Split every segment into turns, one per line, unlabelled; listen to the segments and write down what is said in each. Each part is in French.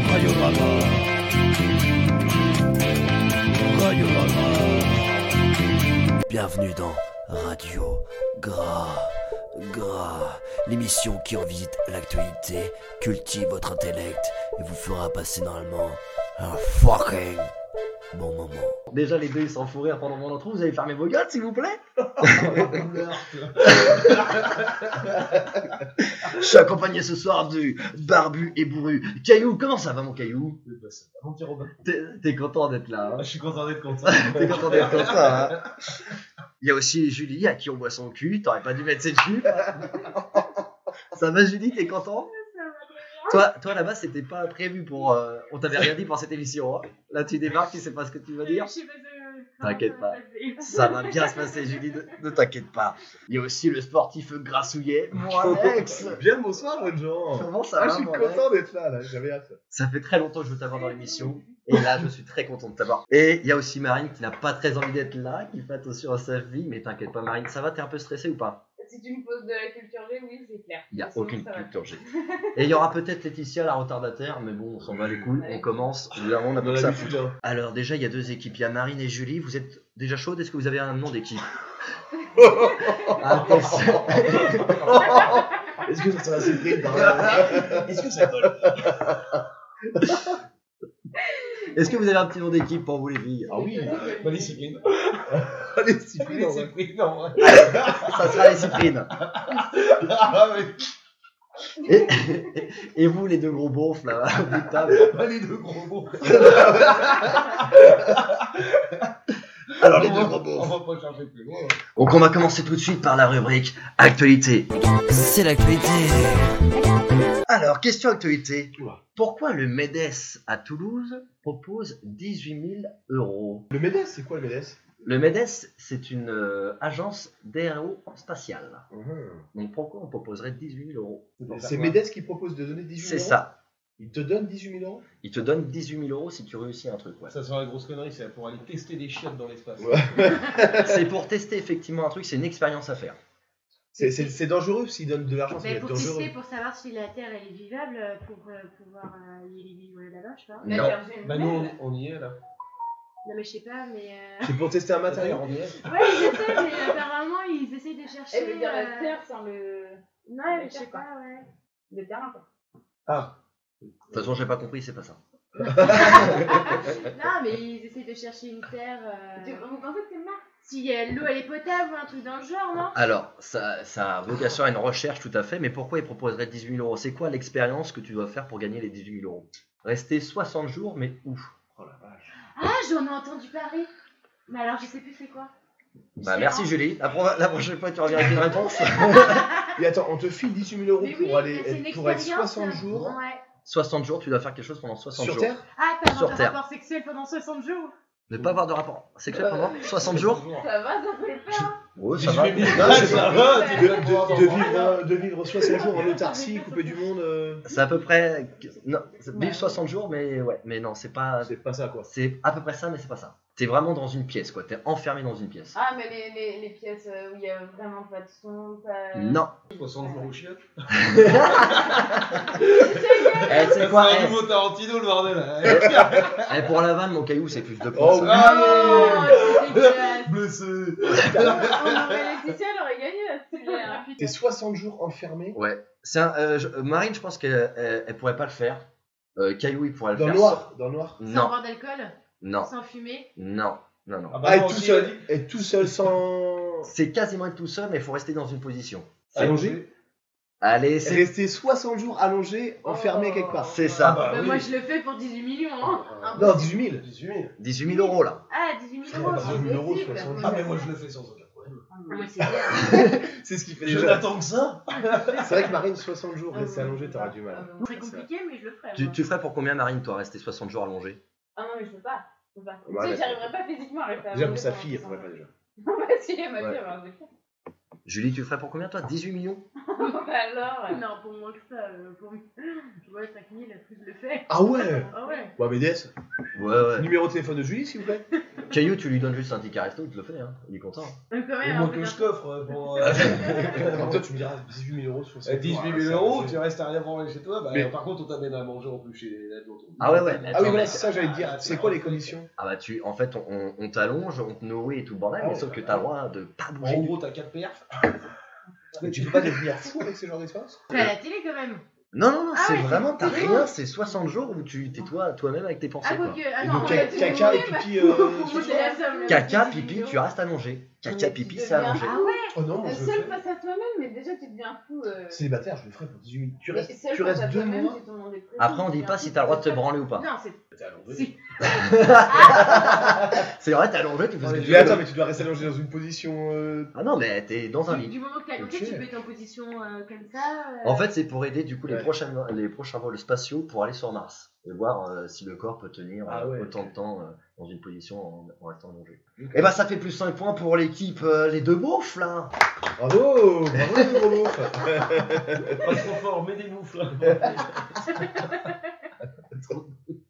Lover. Radio Lover. Bienvenue dans Radio Gras. Gras, l'émission qui en visite l'actualité, cultive votre intellect et vous fera passer normalement un fucking bon moment.
Déjà, les deux, ils s'en font rire pendant mon intro. Vous allez fermer vos gueules, s'il vous plaît Je suis accompagné ce soir du barbu et bourru. Caillou, comment ça va, mon Caillou
Eh ben, ça va, mon petit Robin.
T'es t'es content d'être là
Ah,
hein
je suis content d'être content.
T'es content d'être comme ça hein Il y a aussi Julie, à qui on voit son cul. T'aurais pas dû mettre cette jupe. ça va, Julie T'es content toi, toi là-bas, c'était pas prévu pour. euh, on t'avait rien dit pour cette émission. hein. Là, tu débarques, tu sais pas ce que tu vas dire.
Je sais pas de-
T'inquiète
comment ça va se passer.
Ça va bien se passer, Julie, ne, ne t'inquiète pas. Il y a aussi le sportif grassouillet, mon Alex.
Bien le bonsoir, bonne gens.
Comment ça
Ah,
va,
je suis
mon Alex
content d'être là, là. j'avais hâte.
Ça fait très longtemps que je veux t'avoir dans l'émission. Et là, je suis très content de t'avoir. Et il y a aussi Marine qui n'a pas très envie d'être là, qui fait attention à sa vie. Mais t'inquiète pas, Marine, ça va, t'es un peu stressée ou pas
Si tu me poses de la culture G, oui, c'est clair.
Il n'y a
Sinon,
aucune
ça va.
culture G. Et il y aura peut-être Laetitia, la retardataire, mais bon, on s'en bat les couilles, on commence. Au bout d'un moment, on a plus que ça à foutre.
hein.
Alors, déjà, il y a deux équipes. Il y a Marine et Julie. Vous êtes déjà chaudes Est-ce que vous avez un nom d'équipe Ah, Attention
Est-ce que ça sera assez gris par là Est-ce que ça vole
Est-ce que vous avez un petit nom d'équipe pour vous, les filles
Ah oui,
Bonne
bonne discipline. Bonne discipline, en vrai.
Ça sera les Cyprines.
Ah ouais,
Et, et vous, les deux gros beaufs, là, au bout de table.
pas les deux gros mots.
Alors, les
On
deux
va-
gros beaufs.
On va pas chercher plus loin.
Donc on va commencer tout de suite par la rubrique actualité. C'est l'actualité. Alors, question actualité.
Oula.
Pourquoi le MEDES à Toulouse propose 18 000 euros
Le MEDES, c'est quoi le MEDES
Le MEDES, c'est une euh, agence d'aérospatiale.
Ah,
Donc pourquoi on proposerait 18 000 euros
C'est MEDES qui propose de donner 18 000
C'est
euros
ça.
Il te donne 18 000 euros
Ils te donnent 18 000 euros si tu réussis un truc. ouais.
Ah, Ça sera la grosse connerie, c'est pour aller tester des chiottes dans l'espace.
Ouais.
c'est pour tester effectivement un truc, c'est une expérience à faire.
C'est- C'est c'est dangereux s'il donne de l'argent, ça va
Mais
être
Bah, pour
dangereux.
tester, pour savoir si la Terre elle est vivable, euh, pour euh, pouvoir euh, y vivre là-bas, je sais pas.
La
Non.
Vierge Marie.
Bah nous, on, on y est là.
hein.
Mm.
Non mais je sais pas, mais. euh,
C'est pour tester un matériau.
D'ailleurs, on y est.
Ouais, ils essaient, mais apparemment ils essaient de chercher.
Elle veut dire la
euh,
terre sans le,
Non,
Mais
mais
je
je sais
sais
pas, ouais.
le terrain, quoi.
Ah,
De toute façon, j'ai pas compris, c'est pas ça.
Non, mais ils essaient de chercher une Terre. euh,
Tu- Vous pensez que c'est Mars
Si euh, l'eau elle est potable ou un truc dans le genre, non
Alors, ça, ça a vocation à une recherche tout à fait, mais pourquoi il proposerait 18 000 euros C'est quoi l'expérience que tu dois faire pour gagner les 18 000 euros Rester 60 jours, mais où
oh la vache.
Ah, j'en ai entendu parler. Mais alors je sais plus c'est quoi.
Bah merci Julie, la, pro- la prochaine fois tu reviens avec une réponse.
Et attends, on te file 18 000 euros
Mais
pour
oui,
aller
mais c'est une
pour être
expérience,
60
hein.
jours
Ouais.
60 jours, tu dois faire quelque chose pendant 60
sur
jours.
Terre
Ah, t'as
Sur
un
Terre.
rapport sexuel pendant 60 jours
Ne pas avoir de rapport sexuel pendant 60 jours
Ça va, ça peut le faire. hein.
Ouais,
Si
ça
je
va.
fais mille
Non,
blagues,
c'est
ça
vrai.
va,
de,
tu
Ouais.
peux
de-
avoir
de
d'enfants.
vivre, euh, de vivre 60 jours en autarcie, coupé du monde, euh,
C'est à peu près. Non, c'est-
Ouais.
vivre 60 jours, mais ouais, mais non, c'est pas.
Ah, c'est pas ça quoi.
C'est à peu près ça, mais c'est pas ça. T'es vraiment dans une pièce, quoi. T'es enfermé dans une pièce.
Ah, mais les, les, les pièces euh, où il y a vraiment pas de son, pas.
Non.
60 jours aux chiottes.
Oh,
Eh, tu sais
Ça
quoi
sera un
eh,
nouveau Tarantino le bordel. Ah,
eh, pour la vanne, mon caillou, c'est plus de points.
Oh,
ça.
Oh, c'est Oh, dégueulasse.
Blessé.
On aurait Laetitia, elle aurait gagné hein. là. c'est clair.
Oh,
T'es 60 jours enfermé
Ouais. C'est un- euh, je- euh, Marine, je pense qu'elle elle, elle pourrait pas le faire. Euh, Caillou, il pourrait le
dans le
faire.
noir, dans le noir.
Sans
Non,
boire d'alcool
non,
Sans fumer
non, non, non.
bah
Ah, être tout seul, être tout seul sans.
C'est quasiment être tout seul, mais il faut rester dans une position.
Allongé
Allez, c'est
Rester 60 jours allongé, enfermé
Oh.
quelque part.
c'est ça.
bah,
Bah,
oui.
Moi je le fais pour 18 millions, hein.
Non, 18 000.
18 000.
18 000 euros là.
Ah, 18
Oh,
000 euros,
Ah,
c'est
18 000 euros,
possible.
60.
Ah mais moi je le fais sans aucun problème.
Ah, moi, c'est bien.
C'est ce qui fait
Je
déjà.
n'attends que ça.
C'est vrai que Marine, 60 jours,
Ah,
rester
ouais.
allongé, t'auras du mal.
Ah,
Très compliqué, mais je le ferai.
Tu,
moi.
tu ferais pour combien, Marine, toi, rester 60 jours allongé
Ah non, mais je peux pas. Je peux pas.
Bah,
tu sais,
ouais.
j'arriverais pas physiquement à rester
Déjà
allongée
pour sa
pendant
fille, elle
60
pourrait pas déjà.
jours. Bah, si, ma fille,
Ouais.
elle va avoir des fous.
Julie, tu ferais pour combien, toi 18 millions
Bah alors. euh,
Non, pour moins que ça, euh, pour ouais, 5 000, je le fais.
Ah ouais
Ah ouais
Bah, BDS.
Ouais, ouais.
Numéro de téléphone de Julie, s'il vous plaît.
Caillou, tu lui donnes juste un ticket resto, il te le fait, hein. il est content.
Mais quand
Au
même,
moins
hein,
que je coffre euh, pour. euh,
Toi, tu me diras 18 000 euros sur Ah,
euh, 18 000 euros, tu restes à rien manger chez toi. Bah,
Mais-
Par contre, on t'amène à manger en plus chez les adjoints.
Ah ouais, ouais.
Bah,
mais
Ah oui,
attends,
voilà,
mais-
c'est ça, j'allais te dire. C'est quoi les conditions
Ah bah tu, en fait, on, on- on t'allonge, on te nourrit et tout le bordel,
Ah
mais
ouais,
sauf que
bah,
t'as le droit de pas bouger.
En
du-
gros, t'as 4 perfs.
Mais tu peux pas devenir fou avec ce genre d'expérience
Fais à la télé quand même.
Non, non, non,
Ah
c'est
ouais,
vraiment, t'as
c'est
rien,
drôle.
c'est 60 jours où tu t'es toi, toi-même avec tes
Ah,
pensées. quoi.
quoique. Ah
Et
non,
donc,
on
ca-
va tout
caca et
mourir,
pipi.
mais-
euh,
Faut
sur
bouger
toi
la somme, là,
Caca,
parce que
pipi,
c'est
tu restes allongé. Caca,
Mais tu
pipi, c'est allongé.
Ah
deviens-
Oh non, moi, je le
Euh, Seul
fais.
face à toi-même, mais déjà tu deviens fou. euh.
Célibataire, je le ferais pour 18 000. Tu
Mais
restes,
seul
tu
face
restes
à
deux
toi-même,
mois.
tu t'en rendais compte,
Après, on
tu
dit pas
deviens
si
fou.
t'as le droit de te branler ou pas.
Non, c'est.
T'es allongé.
Si.
C'est vrai, t'es allongé, tu fais ce que tu
Mais attends,
veux.
mais tu dois rester allongé dans une position. euh,
Ah non, mais t'es dans un
Du,
lit.
du moment que t'as allongé,
Ok.
tu peux être en position euh, comme ça. euh,
En fait, c'est pour aider du coup les,
Ouais.
prochains, les prochains vols spatiaux pour aller sur Mars et voir euh, si le corps peut tenir
Ah
euh,
ouais,
autant de temps euh, dans une position en, en restant allongé.
Ok.
Et bah, ça fait plus 5 points pour l'équipe, euh, les deux beaufs là.
Bravo Bravo, les gros beaufs.
Pas trop fort, mets des moufles.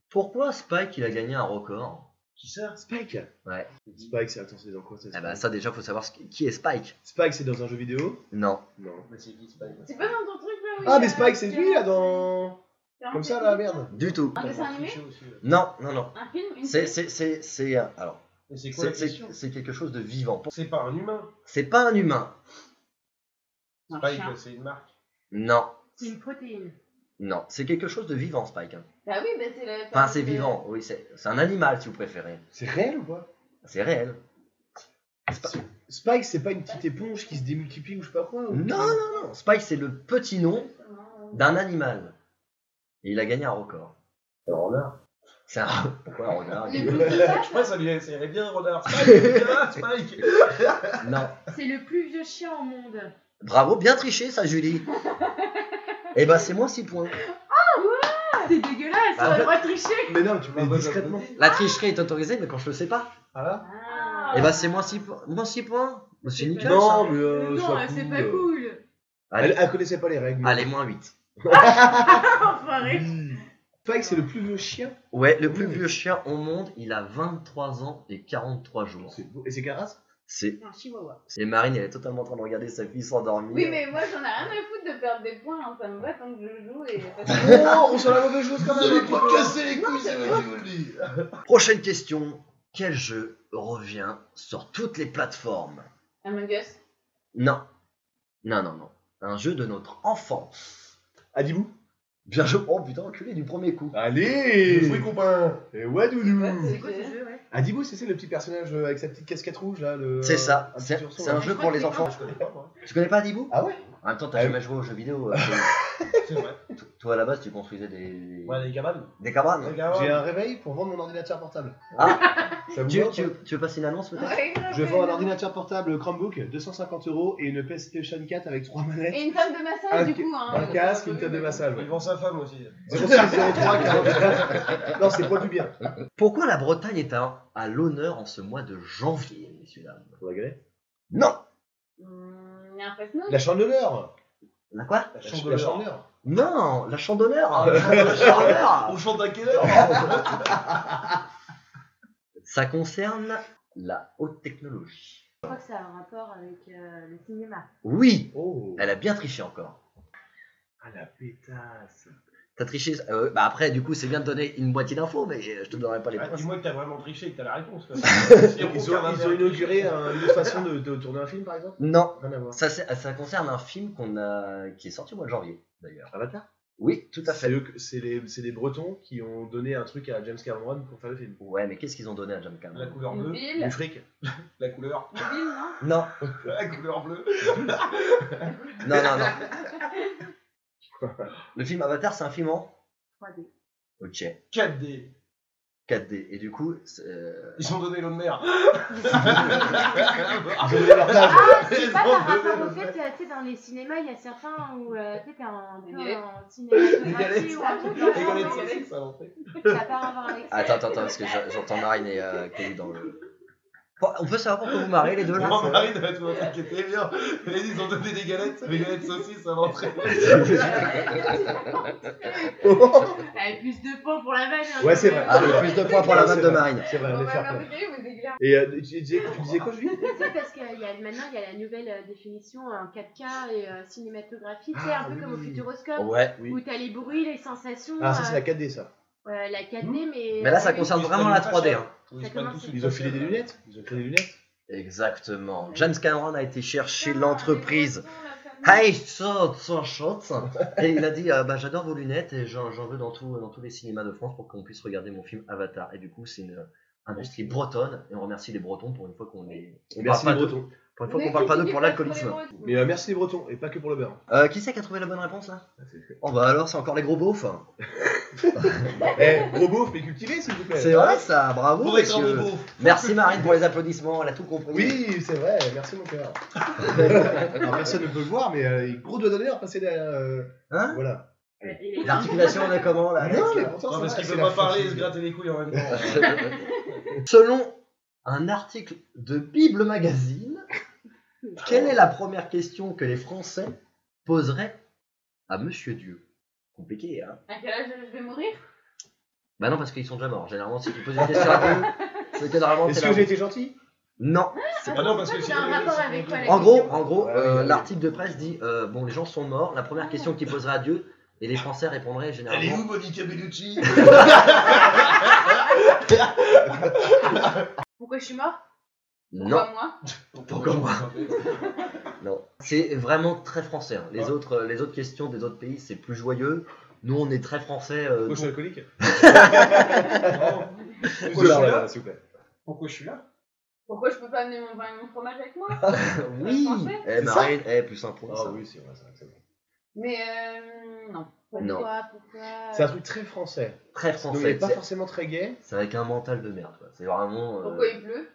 Pourquoi Spike il a gagné un record
Qui ça Spike
Ouais.
Spike, c'est attends, c'est dans quoi ça
Eh bah, ça déjà, faut savoir ce qui qui est Spike.
Spike, c'est dans un jeu vidéo
Non.
Non.
Mais c'est qui, c'est pas une-
C'est pas dans ton truc là où
Ah,
il y
mais
a-
Spike, c'est
il y a-
lui là dans.
il y a un
Comme ça
film,
là, merde.
Du tout.
Ah,
Un dessin animé
Tricher aussi, ouais.
Non, non, non.
Un film une
C'est,
série
c'est, c'est, c'est, euh, alors,
Mais c'est quoi la
c'est,
question
c'est, c'est quelque chose de vivant. Pour-
C'est pas un humain.
C'est pas un humain.
un
Spike,
chien.
c'est une marque.
Non,
C'est une protéine.
non. C'est quelque chose de vivant, Spike. hein.
Bah oui, bah c'est la.
Enfin, c'est vivant. Oui, c'est, c'est un animal si vous préférez.
C'est réel ou pas
C'est réel.
Spike, c'est pas une petite éponge qui se démultiplie ou je sais pas quoi ou-
Non, non, non. Spike, c'est le petit nom
Ah,
d'un animal. Et il a gagné un record.
Un renard.
C'est un. Pourquoi un renard
Les
il-
Blue Peter,
Je crois que ça lui ça irait bien, renard. Spike, viens là, Spike.
Non.
C'est le plus vieux chien au monde.
Bravo, bien triché ça, Julie. Eh ben, c'est moi 6 points.
C'est dégueulasse,
Ah,
on a
ouais.
le droit de tricher.
Mais non, tu
Ah,
me
bah,
dis discrètement.
j'applaudis.
La tricherie est autorisée, mais quand je le sais pas.
Ah
Ah.
Eh ben, c'est moins 6 points. Moins 6 points Bah, C'est nickel. ça.
Non, mais euh,
Non,
sois
euh, c'est
cool.
pas cool.
Elle,
Allez,
elle connaissait pas les règles.
allez, moins 8. Mm.
Enfoiré.
Mmh. Spike, c'est le plus vieux chien.
Ouais, le plus
Oui.
vieux chien au monde, il a 23 ans et 43 jours.
C'est beau. Et c'est quelle race
C'est.
C'est un chihuahua.
Et Marine, elle est totalement en train de regarder sa fille s'endormir.
Oui, mais moi j'en ai rien à foutre de perdre des points, hein, ça me va tant que je joue et.
Oh, on sent la mauvaise chose quand même.
casser les couilles, c'est vrai que je vous le dis.
Prochaine question. Quel jeu revient sur toutes les plateformes
Among Us.
Non. Non, non, non. Un jeu de notre enfance.
Adibou
Bien joué. Oh putain, enculé du premier coup.
Allez
Jouer, copain.
Et ouais, doudou
Ouais,
C'est quoi ce jeu, ouais
Adibou, c'est c'est le petit personnage euh, avec sa petite casquette rouge là le...
C'est ça,
un petit
c'est
ourson,
c'est un
là.
jeu pour les enfants.
Je connais pas, moi.
Tu connais pas Dibou
Ah ouais
En même temps, t'as
Ah oui.
jamais joué aux jeux vidéo. euh,
C'est vrai.
Toi, à la base, tu construisais des.
Ouais, les cabanes.
Des cabanes.
Les cabanes.
J'ai un réveil pour vendre mon ordinateur portable.
Ah,
Ça vous
tu,
va ou
tu,
pas
tu veux passer une annonce peut-être
Ouais,
Je
Ah ouais,
vends un
ouais.
ordinateur portable Chromebook, 250 euros et une PlayStation 4 avec 3 manettes,
Et une table de massage
Un
du
ca-
coup. Hein,
Ah, un
euh,
casque,
euh,
une table de
euh,
massage. ouais.
Il vend sa femme aussi.
0603 49. Non, c'est pas du bien.
Pourquoi la Bretagne est à, à l'honneur en ce mois de janvier, messieurs dames
On va galérer.
Non
Hum, y a un fast-food.
La chandeleur
La quoi
La
ch-
chandeleur.
chandeleur
Non, la chandonneur
Ah,
la
On
chandonneur.
chante à quelle heure
Ça concerne la haute technologie.
Je crois que ça a un rapport avec euh, le cinéma.
Oui
Oh
Elle a bien triché encore.
Ah la pétasse
T'as triché euh, Bah après, du coup, c'est bien de donner une moitié d'infos, mais euh, je te donnerai pas les
Ah,
points.
Dis-moi que t'as vraiment triché et que t'as la réponse. quoi.
Ils
Zéro
ont,
caractère.
ils ont inauguré un- une façon de, de tourner un film par exemple
Non,
Rien à voir.
ça, c'est- ça concerne un film qu'on a qui est sorti au mois de janvier, d'ailleurs.
Avatar
Oui, tout à
C'est
fait.
eux que- c'est les, c'est les Bretons qui ont donné un truc à James Cameron pour faire le film.
Ouais, mais qu'est-ce qu'ils ont donné à John
La
Cameron
couleur
Une
bleue.
ville.
Du fric
La couleur.
Une ville, non
Non,
La couleur bleue.
non, non, non. Le film Avatar, c'est un film en
3D.
Ok,
4D.
4D. Et du coup, c'est, euh,
Ils ont donné l'eau de mer.
Ils ont donné leur plage.
Ah,
Ils
c'est
ont
pas par rapport
donné
au
le
fait, euh, tu sais, dans les cinémas, il y a certains où, euh, tu sais, t'as un peu
Les
un cinématographie ou un truc
Les
Les galettes, ça,
comme
c'est ça, en fait.
ça. Ça a pas rapport avec ça.
Attends, attends, attends, parce que je- j'entends Marine et euh, Kelly dans le. Bon, on peut savoir pourquoi vous marrez les deux là
Mon mari doit être inquiété, bien. Mais ils ont donné des galettes, des galettes saucisses à l'entrée.
Elle a Ah. plus de points pour la vanne. hein.
Ouais, c'est vrai.
Ah, le plus de points pour la vanne de Marine.
C'est vrai,
On
les
va
faire
leur
peur.
dire, vous êtes là.
Et euh, tu, tu disais, tu disais quoi, Julie
Tu sais, parce que il y a, maintenant, il y a la nouvelle euh, définition en 4K et euh, cinématographique, c'est
Ah,
un peu comme au
oui. Oh
futuroscope,
Ouais.
oui.
où t'as les bruits, les sensations,
Ah, ça, c'est
euh,
la Hmm. 4D, ça.
euh, la 4D, mais...
Mais là, ça
oui,
concerne
Ils se
vraiment la
prennent une
3D.
fâche,
hein.
hein. Ils
Ça
se prennent
commence
tous une
Ils ont
fâche,
filé des
là.
lunettes Ils ont créé des lunettes
Exactement. James Cameron a été chercher l'entreprise.
Hey
Hey, so, so shot. Et il a dit euh, bah, J'adore vos lunettes et j'en j'en veux dans, tout, dans tous les cinémas de France pour qu'on puisse regarder mon film Avatar. Et du coup, c'est une industrie bretonne. Et on remercie les Bretons pour une fois qu'on les. on
Merci les
parle pas d'eux-
Bretons.
Pour une fois qu'on parle pas d'eux pour l'alcoolisme.
Mais euh, merci les Bretons, et pas que pour le beurre.
Euh, qui c'est qui a trouvé la bonne réponse là
Ah,
Oh bah alors, c'est encore les gros beaufs.
Eh, gros beauf, mais cultivé, s'il vous plaît.
C'est vrai ça, bravo
Pour être un
messieurs.
robot.
Merci Marine pour les applaudissements, elle a tout compris.
Oui, c'est vrai, merci mon cœur. Alors, personne ne peut le voir, mais euh, gros doigt d'honneur passé derrière. euh,
Hein
Voilà.
Euh,
L'articulation, on est comment là
Ah, Non, mais pourtant,
Non,
ça
parce
va,
qu'il
c'est
peut
la
pas parler et se
fatigue.
gratter les couilles en même temps.
Selon un article de Bible Magazine, quelle est la première question que les Français poseraient à Monsieur Dieu Compliqué, hein
À quel âge je vais mourir
Bah non, parce qu'ils sont déjà morts. Généralement, si tu poses une question à Dieu, c'est que normalement t'es
Est-ce
là.
que j'ai été gentil
Non.
Ah non, parce que
C'est un rapport avec quoi, la-
En gros, en gros,
Ouais,
euh,
ouais.
l'article de presse dit euh, bon, les gens sont morts. La première question qu'ils poseraient à Dieu, et les Français répondraient
Elle est
généralement.
où Monica Bellucci
Pourquoi je suis mort
Non,
Pourquoi moi
Pourquoi moi non. C'est vraiment très français. hein. Les
Ah.
Ouais.
autres, euh, les autres questions des autres pays, c'est plus joyeux. Nous, on est très français. euh,
Moi, je suis alcoolique.
Non.
Oh là là,
Pourquoi
s'il vous plaît.
je suis là
Pourquoi je peux pas amener mon vin et mon fromage avec moi
Oui
Français.
Eh
C'est
Marine, eh, plus un point.
Ah
ça.
oui, c'est vrai, c'est vrai, c'est vrai.
Mais euh, non.
Non,
Pourquoi, euh, pourquoi...
C'est un truc très français.
très
Donc, il est
français.
pas
C'est-
forcément très gay.
C'est avec un mental de merde. quoi. C'est vraiment. euh,
Pourquoi il pleut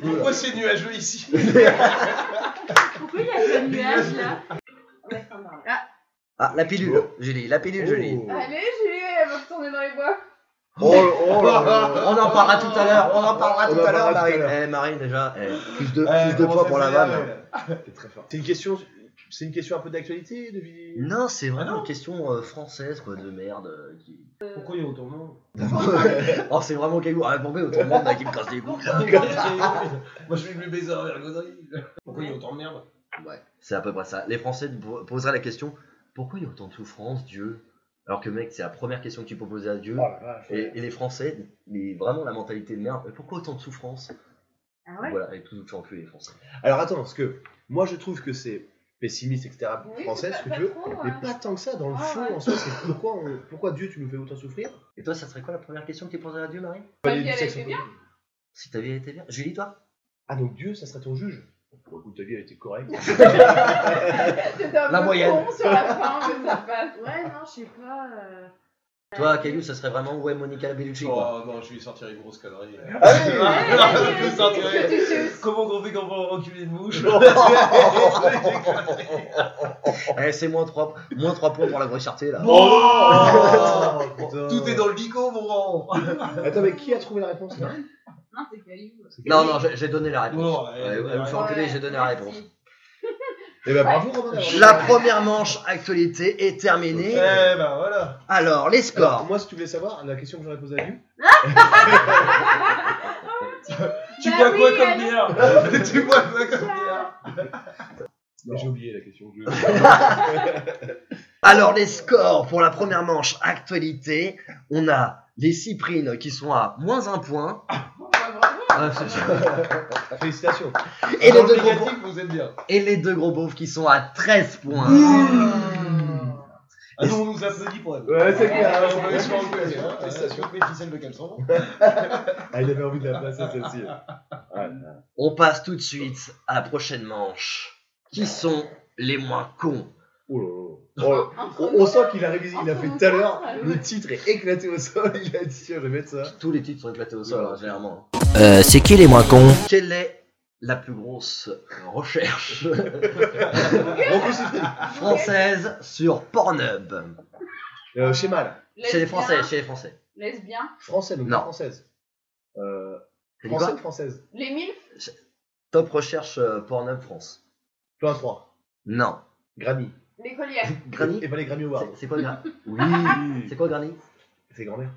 Pourquoi c'est nuageux ici
Pourquoi il y a ce nuage, là
Ouais, c'est normal.
Ah, la pilule, Julie, la pilule, Julie.
Oh.
Allez, Julie, elle va retourner dans les bois.
Oh, oh là là.
On en parlera tout à l'heure, on en parlera
On
tout
en
à l'heure,
parlera tout à
Marine.
l'heure.
Eh, Marine, déjà, eh, plus de,
Euh,
plus de poids
comment
pour
ça
la
s'énerve,
vanne.
elle
T'es très fort. C'est une question, c'est une question un peu d'actualité, de vie.
eh Non, c'est vraiment
Ah non.
une question euh, française, quoi, de merde. euh, qui-
Pourquoi il y a autant de monde
Oh, c'est vraiment caillou. Ah, pourquoi autant de monde là, qui me casse les couilles là
Moi je suis le baiser avec la gauderie. Pourquoi il y a autant de merde
Ouais, c'est à peu près ça. Les Français po- poseraient la question pourquoi il y a autant de souffrance, Dieu Alors que, mec, c'est la première question que tu peux poser à Dieu.
Oh la vache.
Et, et les Français, mais vraiment la mentalité de merde, mais pourquoi autant de souffrance
Ah ouais
Voilà, et tout nous enculés les Français.
Alors attends, parce que moi je trouve que c'est pessimiste, etc.
Oui,
français,
c'est
ce que
pas-
tu veux.
pas trop, hein.
Mais
ouais.
pas tant que ça, dans le
Ouais,
fond,
ouais.
en soi, c'est pourquoi, on- pourquoi Dieu tu nous fais autant souffrir
Et toi, ça serait quoi la première question que tu poserais à Dieu, Marie
Ma vie,
Pas
elle
l'éducation
était bien.
commune.
Si ta vie était bien. Julie, toi
Ah donc Dieu, ça serait ton juge Bon, écoute, ta vie elle était correcte.
C'était un
La
peu
moyenne.
con sur la fin, mais ça passe.
Ouais, non, je sais pas... euh,
Toi, Caillou, ça serait vraiment ouais, Monica Bellucci, quoi.
Oh non, je vais lui sortir une grosse connerie.
Ah oui
Ah, non, je vais lui
Est-ce
sortir une-
que tu sais aussi
Comment on fait quand on va reculer une mouche
Eh, c'est moins 3, moins 3 points pour la grossièreté, là.
Oh
Oh, Ah, putain.
Tout est dans le bigot, mon grand
Attends, mais qui a trouvé la réponse là
Non, c'est Caillou.
Non, non, j'ai j'ai donné la réponse.
Non,
Ouais,
elle-
ouais, vous
elle-
faites enculer, j'ai donné la
merci.
réponse.
Eh ben bravo Romain d'avoir
La
trouvé.
première manche actualité est
Eh
terminée.
ben voilà
Alors, les
Alors,
scores.
moi, si tu voulais savoir, la question que j'aurais posée à Dieu,
Tu
Bah
bois quoi
oui,
comme
elle-
bière Tu bois quoi comme bière
mais j'ai oublié la question. Je...
Alors, les scores pour la première manche actualité. On a les Cyprines qui sont à moins 1 point.
Ouais, bravo.
Ah, c'est sûr.
Ah, Félicitations.
Et les
Dans le
deux gros beaufs-
négatif, vous êtes bien.
et les deux gros beaufs qui sont à 13 points.
Ah non, on nous applaudit pour elle.
Ouais, c'est
Ah,
clair.
on peut laisser en gueule, hein.
Ouais, c'est sûr.
Toutes mes ficelles de caleçon.
Ah, il avait envie de la placer celle-ci. Ah, là.
On passe tout de suite à la prochaine manche. Qui sont les moins cons
Oh là là. Oh là. On, on sent qu'il a révisé, il a fait tout à l'heure.
Entre nous
Le titre est éclaté au sol. Il a dit, je vais mettre ça.
Tous les titres sont éclatés au sol, hein, généralement.
Euh, c'est qui les moins cons
Quelle est la plus grosse recherche
Reconstitué.
Ah,
française sur Pornhub
Euh, schéma là.
Lesbien,
Chez les Français, chez les Français.
Lesbien.
Français, donc
Non.
pas française. Euh,
T'as dit
français
quoi
ou française
Les MILF
Top recherche euh, Pornhub France.
Plein 3.
Non.
Granny.
Les collières.
Granny
Et pas les Grammy Awards.
C'est- C'est quoi Granny
Oui.
Hmm.
C'est Ah quoi Granny
C'est grand-mère.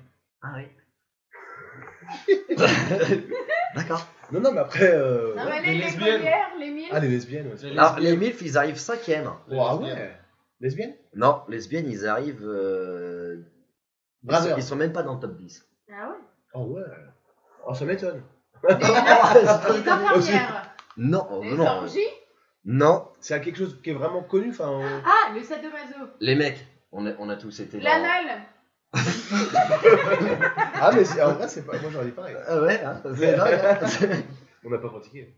Ah oui. D'accord.
Non, non, mais après. euh,
Non,
ouais.
mais
les
les, les
lesbiennes.
collières, les MILF.
Ah, les lesbiennes, ouais.
Alors, les MILF, ils arrivent cinquième.
Les
Ouah,
lesbiennes.
Ah ouais. Lesbiennes
Non, lesbiennes, ils arrivent. euh, ils sont-
Brother.
Ils sont même pas dans le top 10.
Ah ouais
Oh, ouais. Oh, ça m'étonne.
Les infirmières.
non, oh,
Les
non,
orgies.
non.
C'est quelque chose qui est vraiment connu. Enfin, on-
Ah, le sadomaso.
Les mecs, on a, on a tous été. dans-
L'anal.
Ah, mais c'est- en vrai, c'est pas. Moi, j'aurais dit pareil.
Ah ouais, hein, c'est dingue, hein.
On n'a pas pratiqué.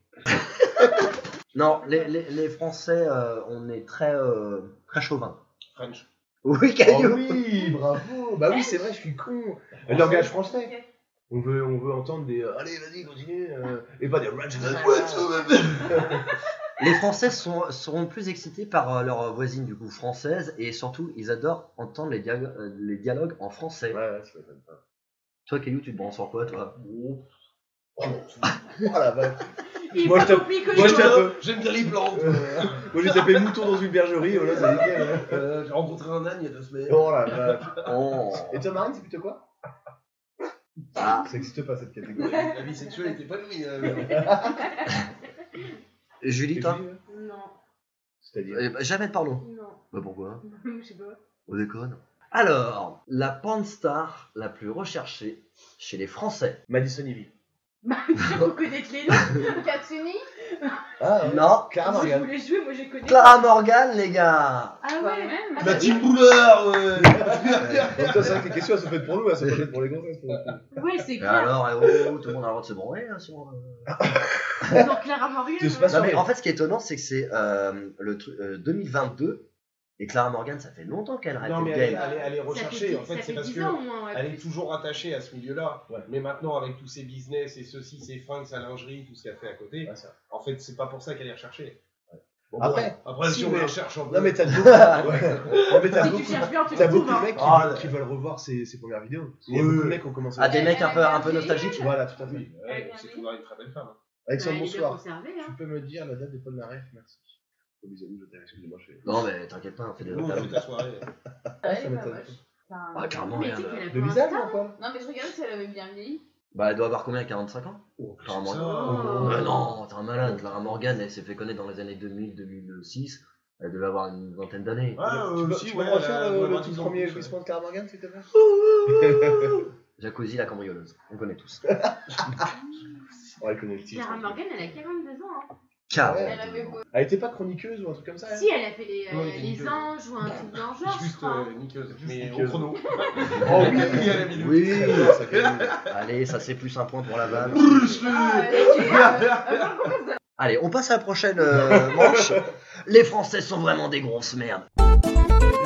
Non, les, les, les Français, euh, on est très, euh, très chauvin.
French.
Oui,
Oh,
Caillou.
oui, bravo. Bah oui, c'est vrai, je suis con.
Ah,
Le langage français. On veut, on veut entendre des. euh, Allez, vas-y, continue. euh, et pas des.
Ah.
Les Français sont, seront plus excités par euh, leurs voisines du coup françaises et surtout, ils adorent entendre les, dialogues- euh, les dialogues en français.
Ouais, ouais, ça m'étonne pas.
Toi, Caillou, tu te branles sur quoi, toi
Oh la vache.
Il
Moi,
est
je
plus
tape-
compliqué que
Moi, je
nous.
t'ai un peu-
J'aime bien les plantes.
Euh, Moi, j'ai tapé mouton dans une bergerie. Voilà, c'est nickel. hein.
Euh, J'ai rencontré un âne il y a deux semaines.
Oh la vache.
Oh.
Et Tom Marine, c'est plutôt quoi
Ah.
Ça n'existe pas cette catégorie.
La vie sexuelle était pas nourrie. hein.
Julie, toi
Julie, ouais.
Non,
hein. C'est-à-dire
Eh ben, Jamais de parlons.
non.
Bah pourquoi
Je sais pas.
On déconne. Alors, la panstar la plus recherchée chez les Français.
Madison Ivy.
Bah, je reconnais les noms.
Katsuni.
Ah,
Non.
Clara
Moi, je
Morgan.
voulais jouer, moi, j'ai connu.
Clara Morgan, les gars
Ah
Quand
ouais
même.
Ah, bah,
Mathilde Boulard. ouais.
Donc, toi, c'est vrai que les questions, elles sont faites pour nous, hein. elles sont pas faites pour les gonzesses. pour le coup.
Ouais,
Ah,
c'est
Et
clair.
alors, eh oh, tout le monde a le droit de se branler. hein, sur, euh.
Donc, Clara Morgan.
Je sais
ouais.
pas
Non, mais en fait, ce qui est étonnant, c'est que c'est euh, le tru- euh, 2022. Et Clara Morgan, ça fait longtemps qu'elle arrête
Non, mais
le
elle, est-
game.
elle, est- elle est
Ça
recherchée.
fait,
En fait,
ça
c'est
fait
parce
10
que.
ans au moins. ouais,
Elle est
plus.
toujours attachée à ce milieu-là,
Ouais.
mais maintenant avec tous ses business et ceci, ses fringues, sa lingerie, tout ce qu'elle fait à côté,
Ouais, ça.
en fait, c'est pas pour ça qu'elle est recherchée. Bon,
Après,
bon, après
si
si on
mais-
la recherche en
Non, mais t'as beaucoup. En fait, t'as
Si tu
beaucoup.
cherches bien, tu
T'as
le
beaucoup
trouves.
de
hein.
mecs
Ah,
qui, qui veulent revoir ses, ses premières vidéos. Il y a
Oui,
beaucoup de
oui.
mecs qui ont commencé
À Ah, des
Elle-
mecs un
elle
peu,
a
un peu
bien
nostalgiques.
Voilà, tout à fait.
oui, ouais,
Ouais,
c'est
bien
toujours une très belle femme. hein.
Avec son
Ouais, elle est bien
bonsoir.
conservée, hein.
Tu peux me dire la date de Paul Naref Merci. Oh, bisous, je t'aime, excusez-moi, je fais.
Non, mais t'inquiète pas, on fait des
Bon, on fait
notables.
ta soirée.
Ah, ça
Ouais,
m'étonne.
bah, ouais. Enfin,
Ah, clairement,
Mais tu
rien
sais
de-
qu'elle a
Le
fait un
visage,
star.
non, Paul
Non, mais je regarde si elle avait bien vieilli.
Bah, elle doit avoir combien 45 ans
Oh.
Clara
Comme ça,
Morgan.
euh,
Ah
Bah non, t'es un malade. Clara Morgan, elle s'est fait connaître dans les années 2000-2006. Elle devait avoir une vingtaine d'années.
Ouais, euh,
Tu peux,
si,
tu peux
ouais,
me refaire
elle
le-
doit
le
avoir
tout
10 ans de
premier
plus,
glissement de Clara Morgan, s'il te plaît
Jacuzzi, la cambrioleuse. On connaît tous.
On va connaître le titre.
Clara Morgan, elle a 42 ans. hein.
Car.
Elle avait beau.
Ah, Elle était pas chroniqueuse ou un truc comme ça elle
Si, elle a fait les, euh,
Ouais, elle est
les
nickel.
anges ou un truc dans le genre, je
Juste
crois. hein.
euh, nickel, mais au
nickel.
chrono.
Oh oui,
Quatre à la minute.
Oui.
Ça fait-
Allez, ça c'est plus un point pour la vanne.
Ah,
Brûle-le.
elle est-
Allez, on passe à la prochaine euh, manche. Les Français sont vraiment des grosses merdes.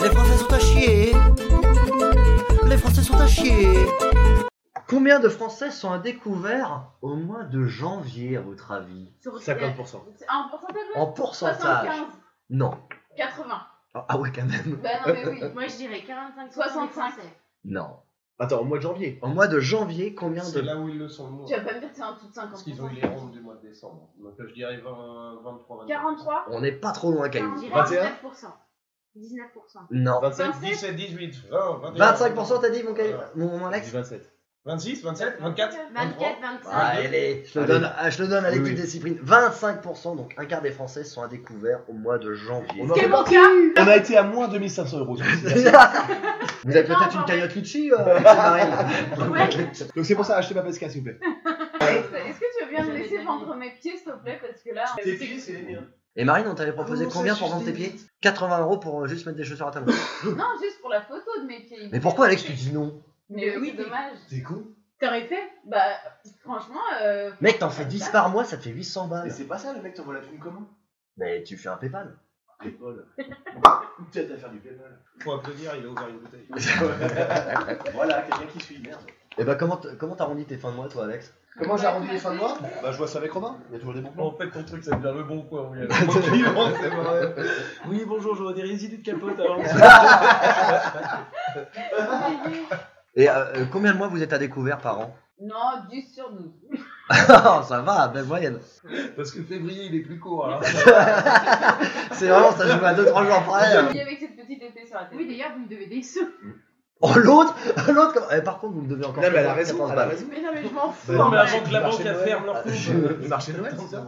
Les Français sont à chier. Les Français sont à chier.
Combien de Français sont à découvert au mois de janvier, à votre avis
Sur-
50%.
C'est un pourcentage
En pourcentage
75,
Non.
80.
Ah ah ouais, quand même.
Bah non, mais oui.
euh,
Moi, je dirais 45
65.
Non.
Attends, au mois de janvier.
Au mois de janvier, combien
C'est
de...
là où ils le sont hein. le moins.
Tu vas pas me dire que c'est en dessous de
Parce qu'ils ont eu
50%.
les rondes du mois de décembre. Donc euh, je dirais 20, 23, 24.
43
On n'est pas trop loin, Caillou.
Je dirais
21.
19%. 19%.
Non.
25
27.
17, 18, 20, 21.
25% t'as dit, mon, Caillou
Voilà.
mon, mon Alex
27.
26, 27, 24
24, 25.
ah, allez, je le
Allez.
donne, ah, je le donne à
Oui,
l'équipe
oui.
des Cyprines. 25%, donc un quart des Français sont à découvert au mois de janvier.
On
C'est
en-
mon cas
On a été à moins 2500 euros. sur cette version.
Vous avez
Non,
peut-être une
non,
cagnotte Litchi, euh, c'est pareil.
Ouais.
Donc c'est pour ça, achetez ma pesca s'il vous plaît.
Est-ce que tu veux bien me laisser vendre mes pieds, s'il te plaît Parce que là.
Tes pieds, c'est les miens.
Et Marine, on t'avait proposé
Comment ça,
combien
je
pour
suis
vendre tes pieds
débile
80 euros pour euh, juste mettre des chaussures à ta main.
Non, juste pour la photo de mes pieds.
Mais pourquoi Alex, tu dis non
Mais
Mais oui,
oui, c'est dommage.
C'est con.
T'aurais fait
Bah, franchement, euh,
Mec, t'en fais 10 par mois, ça te fait 800
Mais
Ah.
balles.
c'est pas ça, le mec t'envoie la thune comment
Mais tu fais un PayPal.
Paypal. Peut-être à faire du Paypal. Faut applaudir, il a ouvert une bouteille. voilà, quelqu'un qui suit, merde.
Et bah, comment t- comment t'arrondis tes fins de mois, toi, Alex
Comment j'arrondis les fins de mois Bah je vois ça avec Robin, il y a toujours des bons plans.
En fait, ton truc, ça devient le bon quoi. on y va. Tranquillement, c'est pas vrai. Oui, bonjour, j'aurais des résidus de capote avant.
j'ai payé
Et euh, euh, combien de mois vous êtes à découvert par an
Non, 10 sur 12.
Oh, Ça va, belle moyenne.
Parce que février, il est plus court.
hein.
alors.
C'est vraiment, ça joue à 2-3 jours
Je
près.
vis avec cette petite épée sur la tête.
Oui, d'ailleurs, vous me devez des sous.
Oh, l'autre L'autre, comme- eh, par contre, vous me devez encore.
Non, mais elle a
14
raison, elle a
balles.
raison.
Mais non, mais je m'en fous.
Bah,
en
Non, mais
vrai.
avant que la banque
Marché
elle
Noël.
ferme leur compte.
Le Marché de Noël, c'est ça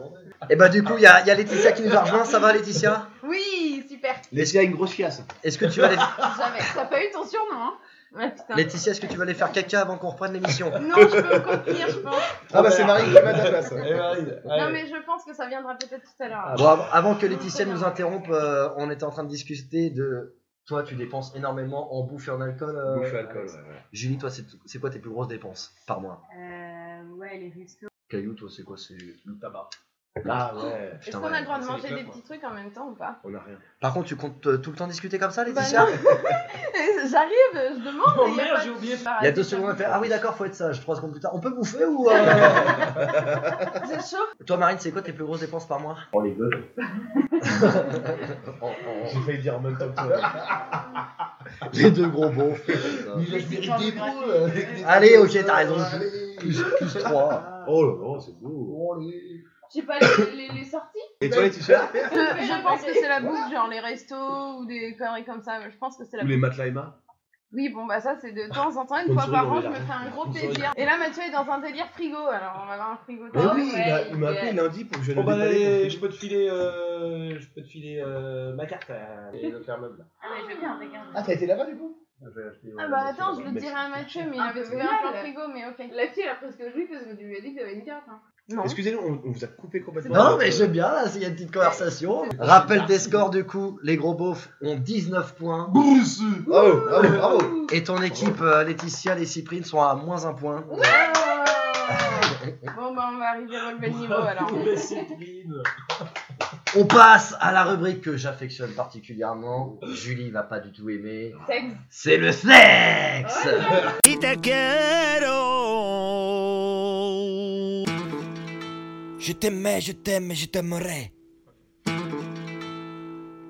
Et bah, du coup, il y a, il y a Laetitia qui nous a rejoint. Ça va, Laetitia
Oui, super.
Laisse-y une grosse fiasse.
Est-ce que tu vas les...
Jamais. T'as pas eu ton surnom, hein Ouais, putain.
Laetitia, est-ce que tu vas aller faire caca avant qu'on reprenne l'émission
Non, je peux me contenir, je pense.
Ah bah c'est Marie qui m'a ta place.
Eh
Non, mais je pense que ça viendra peut-être tout à l'heure.
Bon, av- avant que Laetitia nous interrompe, euh, on était en train de discuter de. Toi, tu dépenses énormément en bouffe et en alcool. euh,
Bouffe et alcool, ouais. ouais.
Julie, toi, c'est c'est quoi tes plus grosses dépenses par mois
Euh, ouais, les restos.
Caillou, toi, c'est quoi C'est le tabac.
Ah ouais,
Est-ce
putain,
qu'on a
ouais,
le droit de
c'est
manger
les
des
clubs,
petits trucs en même temps ou pas
on a rien.
Par contre, tu comptes euh, tout le temps discuter comme ça,
Bah
Laetitia
non J'arrive, je demande.
Oh
et y a
merde,
pas
j'ai
de-
oublié.
Il y a deux secondes, on fait Ah oui, d'accord, faut être sage. Trois secondes plus tard, on peut bouffer ou. euh,
J'ai chaud.
Toi, Marine, c'est quoi tes plus grosses dépenses par mois
On les gueules.
J'ai failli dire en même temps que toi.
Les deux gros bons.
Il a
Mais c'est pas
des
grave.
mots, euh, avec des-
Allez, ok, t'as raison.
Allez.
Plus trois.
Oh là là, c'est beau.
Je sais pas, les, les- les sorties
Et toi, les t-shirts
je,
Euh,
je pense que c'est la bouffe, genre les restos ou des conneries comme ça. mais Je pense que c'est la
Ou les matelas Emma
Oui, bon, bah ça, c'est de temps en temps, une
Bonne
fois par
soirée, on est
an, je me
là.
fais un gros
Bonne soirée.
plaisir. Et là, Mathieu est dans un délire frigo, alors on va avoir un frigo.
Ah
Mais
dehors.
oui, il m'a- il m'a
ouais.
appelé lundi pour que je le
Bon bah
déballe.
allez, je peux te filer, euh, je peux te filer euh, ma carte euh, et le faire meuble.
Ah ouais, je veux bien, regarde.
Ah, t'as été là-bas du coup
Ah bah attends, je le dirai à Mathieu, mais il
Ah,
avait
c'est
trouvé
génial.
un plan frigo, mais ok.
La fille, elle a presque vu parce que tu lui as dit que t'avais une carte. Hein.
Non.
Excusez-nous, on, on vous a coupé complètement.
Non, mais j'aime bien, là, il y a une petite conversation. Rappel des scores, du coup, les gros beaufs ont 19 points.
Oh, bravo, bravo
Et ton équipe, euh, Laetitia, les Cyprines, sont à moins un point.
Bon bah on va arriver à relever le niveau alors.
Mais c'est clean.
On passe à la rubrique que j'affectionne particulièrement. Julie va pas du tout aimer.
Sexe.
C'est le sexe
Y te quiero. Je t'aimais, je t'aime et je t'aimerai.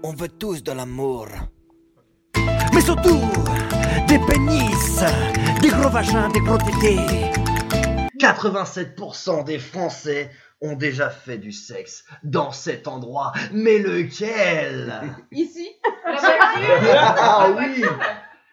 On veut tous de l'amour. Mais surtout, des pénis, des gros vagins, des gros tétés. 87% des Français ont déjà fait du sexe dans cet endroit. Mais lequel
Ici
La voiture
Ah oui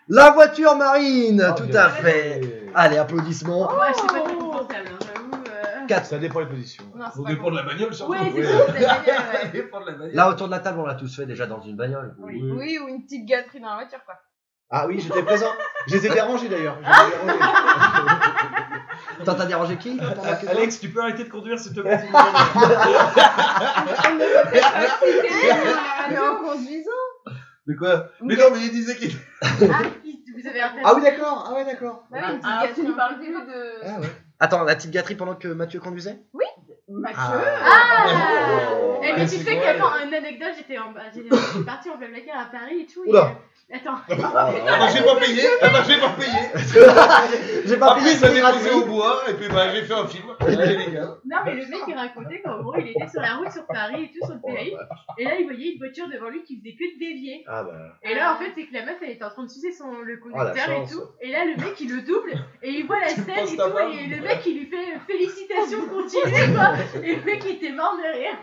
La voiture marine,
Ah,
tout
bien
à fait.
Ah,
Allez, applaudissements.
Ouais, je sais pas si c'est confortable, hein, j'avoue. euh.
Ça dépend des positions.
Non
On
c'est pas
dépend de la bagnole surtout.
Ouais,
Oui.
c'est ça, c'est génial,
Ça
ouais.
dépend de la bagnole.
Là, autour de la table, on l'a tous fait déjà dans une bagnole.
Oui, ou une petite gâterie dans la voiture quoi.
Ah oui, j'étais présent. Je les ai dérangés d'ailleurs. Je les ai dérangés.
Attends, t'as dérangé qui T'as dérangé toi
Alex, tu peux arrêter de conduire s'il te plaît. s'il
Ah,
te plaît.
Mais en conduisant
Mais quoi
Mais
non, mais il disait qu'il.
Ah, vous avez un
Ah oui, d'accord Ah ouais, d'accord
Bah oui, une petite
Ah, tu
gâterie.
nous parles plus de.
Ah ouais.
Attends, la petite gâterie pendant que Mathieu conduisait
Mathieu
Ah.
Eh, mais tu
Ouais,
sais
c'est
qu'attends, une anecdote, j'étais en... j'étais- je suis partie en plein vacances à Paris et tout. et,
Oula.
euh, Attends,
Ah bah j'ai pas payé Ah bah j'ai pas payé
J'ai pas
Après
payé,
ça
c'était
dépensé
gratuit
au bois et puis bah j'ai fait un film. Allez les gars
non mais le mec il racontait qu'en gros il était sur la route sur Paris et tout, sur le
Oh
PAI, et là il voyait une voiture devant lui qui faisait que de dévier.
Ah bah.
Et là en fait c'est que la meuf elle était en train de sucer son, le conducteur et
Oh chance.
tout, et là le mec il le double, et il voit la
Tu
scène
penses
et
ta
tout,
femme
et le mec il lui fait euh, félicitations continuez quoi, et le mec il était mort de rire.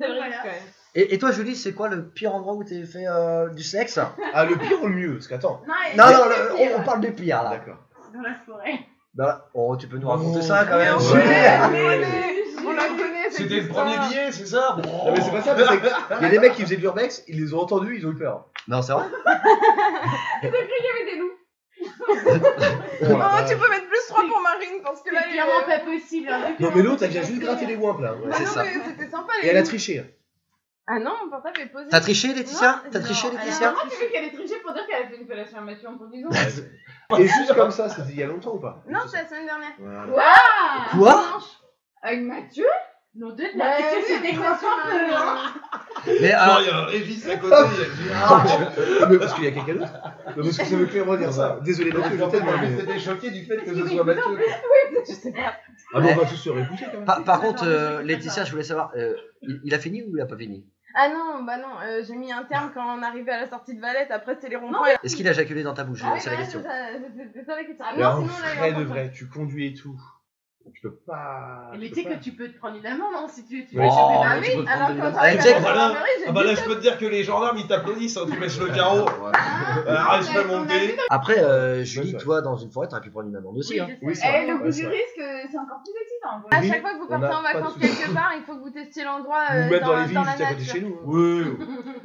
C'est vrai
Voilà.
quand même.
et, et toi, Julie, c'est quoi le pire endroit où t'es fait euh, du sexe
Ah le pire ou le mieux Parce qu'attends.
Non, elle
Non,
était
non, le-
pire,
oh.
on, on parle du pire là.
D'accord.
euh, dans la forêt.
Dans la- Oh, tu peux nous raconter
Oh.
ça quand même
Ouais.
Mais on
Ouais.
connaît, on la connaît, cette
C'était le
histoire.
premier billet, c'est ça
Non mais c'est pas ça, mais c'est que- il y a des mecs qui faisaient de l'urbex, ils les ont entendus, ils ont eu peur.
Non, c'est vrai
avait des loups.
Oh la
Oh,
vache.
tu peux mettre plus 3 pour Marine parce que
C'est
là, euh, les-
clairement pas possible. hein.
Non mais l'autre elle vient juste gratter les wimps là.
Ah
c'est
non,
ça.
mais c'était sympa.
Et
Les
elle a
loups.
triché.
Ah non, mon portable est posé.
T'as triché, Laetitia
Non,
T'as
non,
triché,
elle a-
Laetitia
Comment tu veux qu'elle ait triché pour dire qu'elle a fait une collation à Mathieu en conduisant
Et juste comme ça, c'était il y a longtemps ou pas
Non, c'est la semaine dernière.
Voilà.
Ah
Quoi
Avec Mathieu Non, deux de la
Ouais,
Mathieu,
c'est
c'était
une
quoi
collation à-
Mais
Genre,
euh,
il y a un Régis à côté, il y a
Ah,
Gérard.
Mais parce qu'il y a quelqu'un d'autre Non, parce que ça veut plus rien dire ça. Désolé
Ah,
Mathieu, je t'aime mais.
C'était choqué du fait que
Parce
ce
qu'il
soit Mathieu.
Je sais pas.
Ah bon, on va tous se répouiller quand même.
par, par contre, euh, Laetitia, je voulais savoir, euh, il, il a fini ou il a pas fini
Ah non, bah non, euh, j'ai mis un terme quand on arrivait à la sortie de Valette, après c'est les ronds-points. et-
Est-ce qu'il a jaculé dans ta bouche
Ah oui,
C'est la
bah,
question.
c'est ça- c'est- c'est ça la question. Ah
Et en
non, sinon là, il y a
vrai de
encore-
vrai, tu conduis et tout. Tu peux pas.
Mais
tu
tu sais
peux
que tu peux te prendre une amende hein, si tu. tu
Ouais,
échappes
Oh,
à
Bah
la
mais tu
loi.
peux
oui,
te
alors
prendre
quand
des-
j'arrive
Ah, check,
à la
voilà.
gendarmerie, j'ai
Ah bah là, je peux te dire que les gendarmes ils t'applaudissent, hein, tu baisses le carreau.
Oh, Ouais.
Ah, je peux
on a
monter.
Après, euh,
Ouais,
Julie,
ça.
toi, dans une forêt, t'aurais pu prendre une amende aussi.
Oui,
hein.
je sais.
Oui, ça.
Eh,
Et le goût
Ouais,
du
ça.
risque, euh, c'est encore plus excitant.
À
Oui,
chaque fois que vous
on a
partez en
pas de
vacances
soucis.
quelque part, il faut que vous testiez l'endroit
Nous
euh,
mettre
dans,
dans les villes
dans la
juste à côté de
nature.
chez nous. hein.
Oui.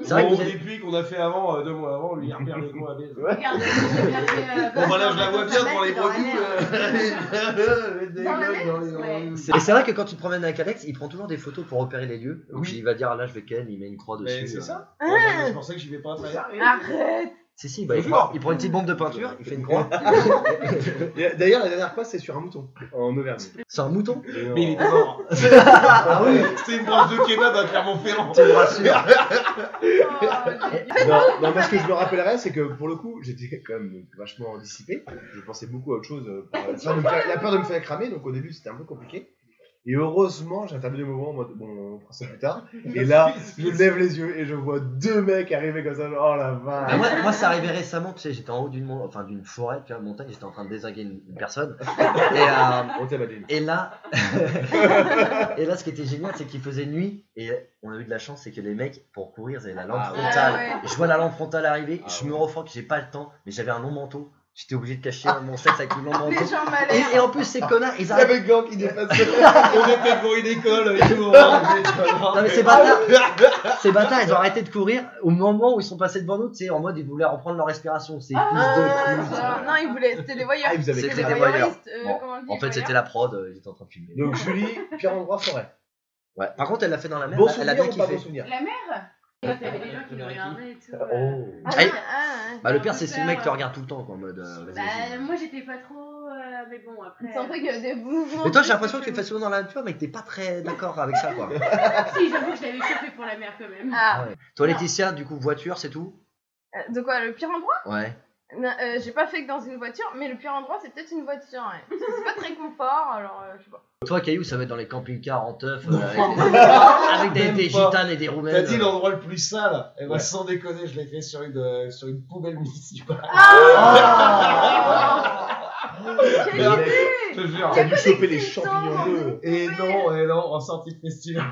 C'est vrai que
Bon,
vous êtes-
depuis qu'on a fait avant, euh, deux mois avant, lui il repère les mots à baise.
Ouais.
Regarde, j'ai bien fait, euh,
Bon bah là, je la vois bien
dans
devant les
la mer.
brebis. euh, les
Dans la
déglingues dans les-
mer,
dans
ouais.
les-
Et c'est vrai que quand tu te promènes avec Alex, il prend toujours des photos pour repérer les lieux. Donc
Oui.
il va dire ah, là je vais ken, il met une croix dessus.
Mais c'est ça
Ah.
Ouais, mais C'est pour ça que j'y vais pas après.
Arrête
Si si, bah, il,
Toujours.
prend, il prend une petite bombe de peinture, il fait une croix.
Et euh, D'ailleurs, la dernière fois, c'est sur un mouton en Auvergne.
C'est un mouton.
Mais il était mort.
bah
Ah oui.
C'était une branche de kebab à Clermont-Ferrand.
Tu me rassures.
Non, non, moi ce que je me rappellerai, c'est que pour le coup, j'étais quand même vachement dissipé. Je pensais beaucoup à autre chose. euh, par- la peur de me faire- la peur de me faire cramer, donc au début c'était un peu compliqué. Et heureusement, j'ai intervenu au moment en mode bon, on fera ça plus tard. Et là, je lève les yeux et je vois deux mecs arriver comme ça. genre, Oh la
Ah,
vache!
moi, moi, ça arrivait récemment, tu sais, j'étais en haut d'une mon- enfin, d'une forêt, tu vois, montagne, j'étais en train de désinguer une, une personne. Et, euh,
On t'aime, Adeline.
et là, et là, ce qui était génial, c'est qu'il faisait nuit et on a eu de la chance, c'est que les mecs, pour courir, ils avaient la lampe
Ah ouais.
frontale.
Ah
Je vois la lampe frontale arriver,
Ah
je
ouais.
me refends que j'ai pas le temps, mais j'avais un long manteau. J'étais obligé de cacher mon sexe avec le long manteau.
Les gens
Et,
m'alertent.
et en plus, ces connards, ils
Il y
arrivent.
avait Gang qui dépassait.
On était pour une école et tout. Non
Non, mais ces bâtards, ces bâtards, ils ont arrêté de courir au moment où ils sont passés devant nous, tu sais, en mode ils voulaient reprendre leur respiration. C'est
Ah,
plus de- plus de-
genre, Non, ils voulaient. C'était des voyeurs.
Ah, ils avaient
C'était
C'était
des
cramé.
des
voyeurs.
voyeuristes. euh,
Bon,
comment on dit,
En fait,
voyeurs.
c'était la prod, euh, ils étaient en train de filmer.
Donc Julie, pire endroit, forêt.
Ouais. Par contre, elle l'a fait dans la mer,
Bon
elle- elle a bien
souvenir ou pas bon
kiffé.
souvenir?
La mer
T'avais des gens qui nous regardaient et tout. euh.
Oh!
Ah,
Aïe.
ah, ah.
Bah, le pire, c'est ces
Super.
mecs qui regardent tout le temps, quoi, en mode. euh, vas-y,
Bah,
vas-y.
moi j'étais pas trop. euh, Mais bon, après.
Il sentait qu'il y avait des mouvements.
Mais toi, j'ai l'impression que tu le fais souvent dans la nature, mais que t'es pas très d'accord avec ça, quoi.
Si, j'avoue que je l'avais chopé pour la mer quand même.
Ah,
Ouais. Toi, Laetitia, du coup, voiture, c'est tout
euh, de quoi Le pire endroit
Ouais.
Non, euh, J'ai pas fait que dans une voiture, mais le pire endroit, c'est peut-être une voiture. ouais. Parce que C'est pas très confort, alors euh, je sais pas.
Toi, Caillou, ça va être dans les camping-cars en teuf, euh, avec des, avec des-
Même
des
pas.
gitanes et des roumaines.
T'as dit
euh.
l'endroit le plus sale. Et bah,
Ouais.
sans déconner, je l'ai fait sur une, euh, sur une poubelle municipale.
Quelle
Mais-
idée
Je te jure.
T'as dû choper les
existence.
champignons bleus.
Et non, et non, en sortie de festival.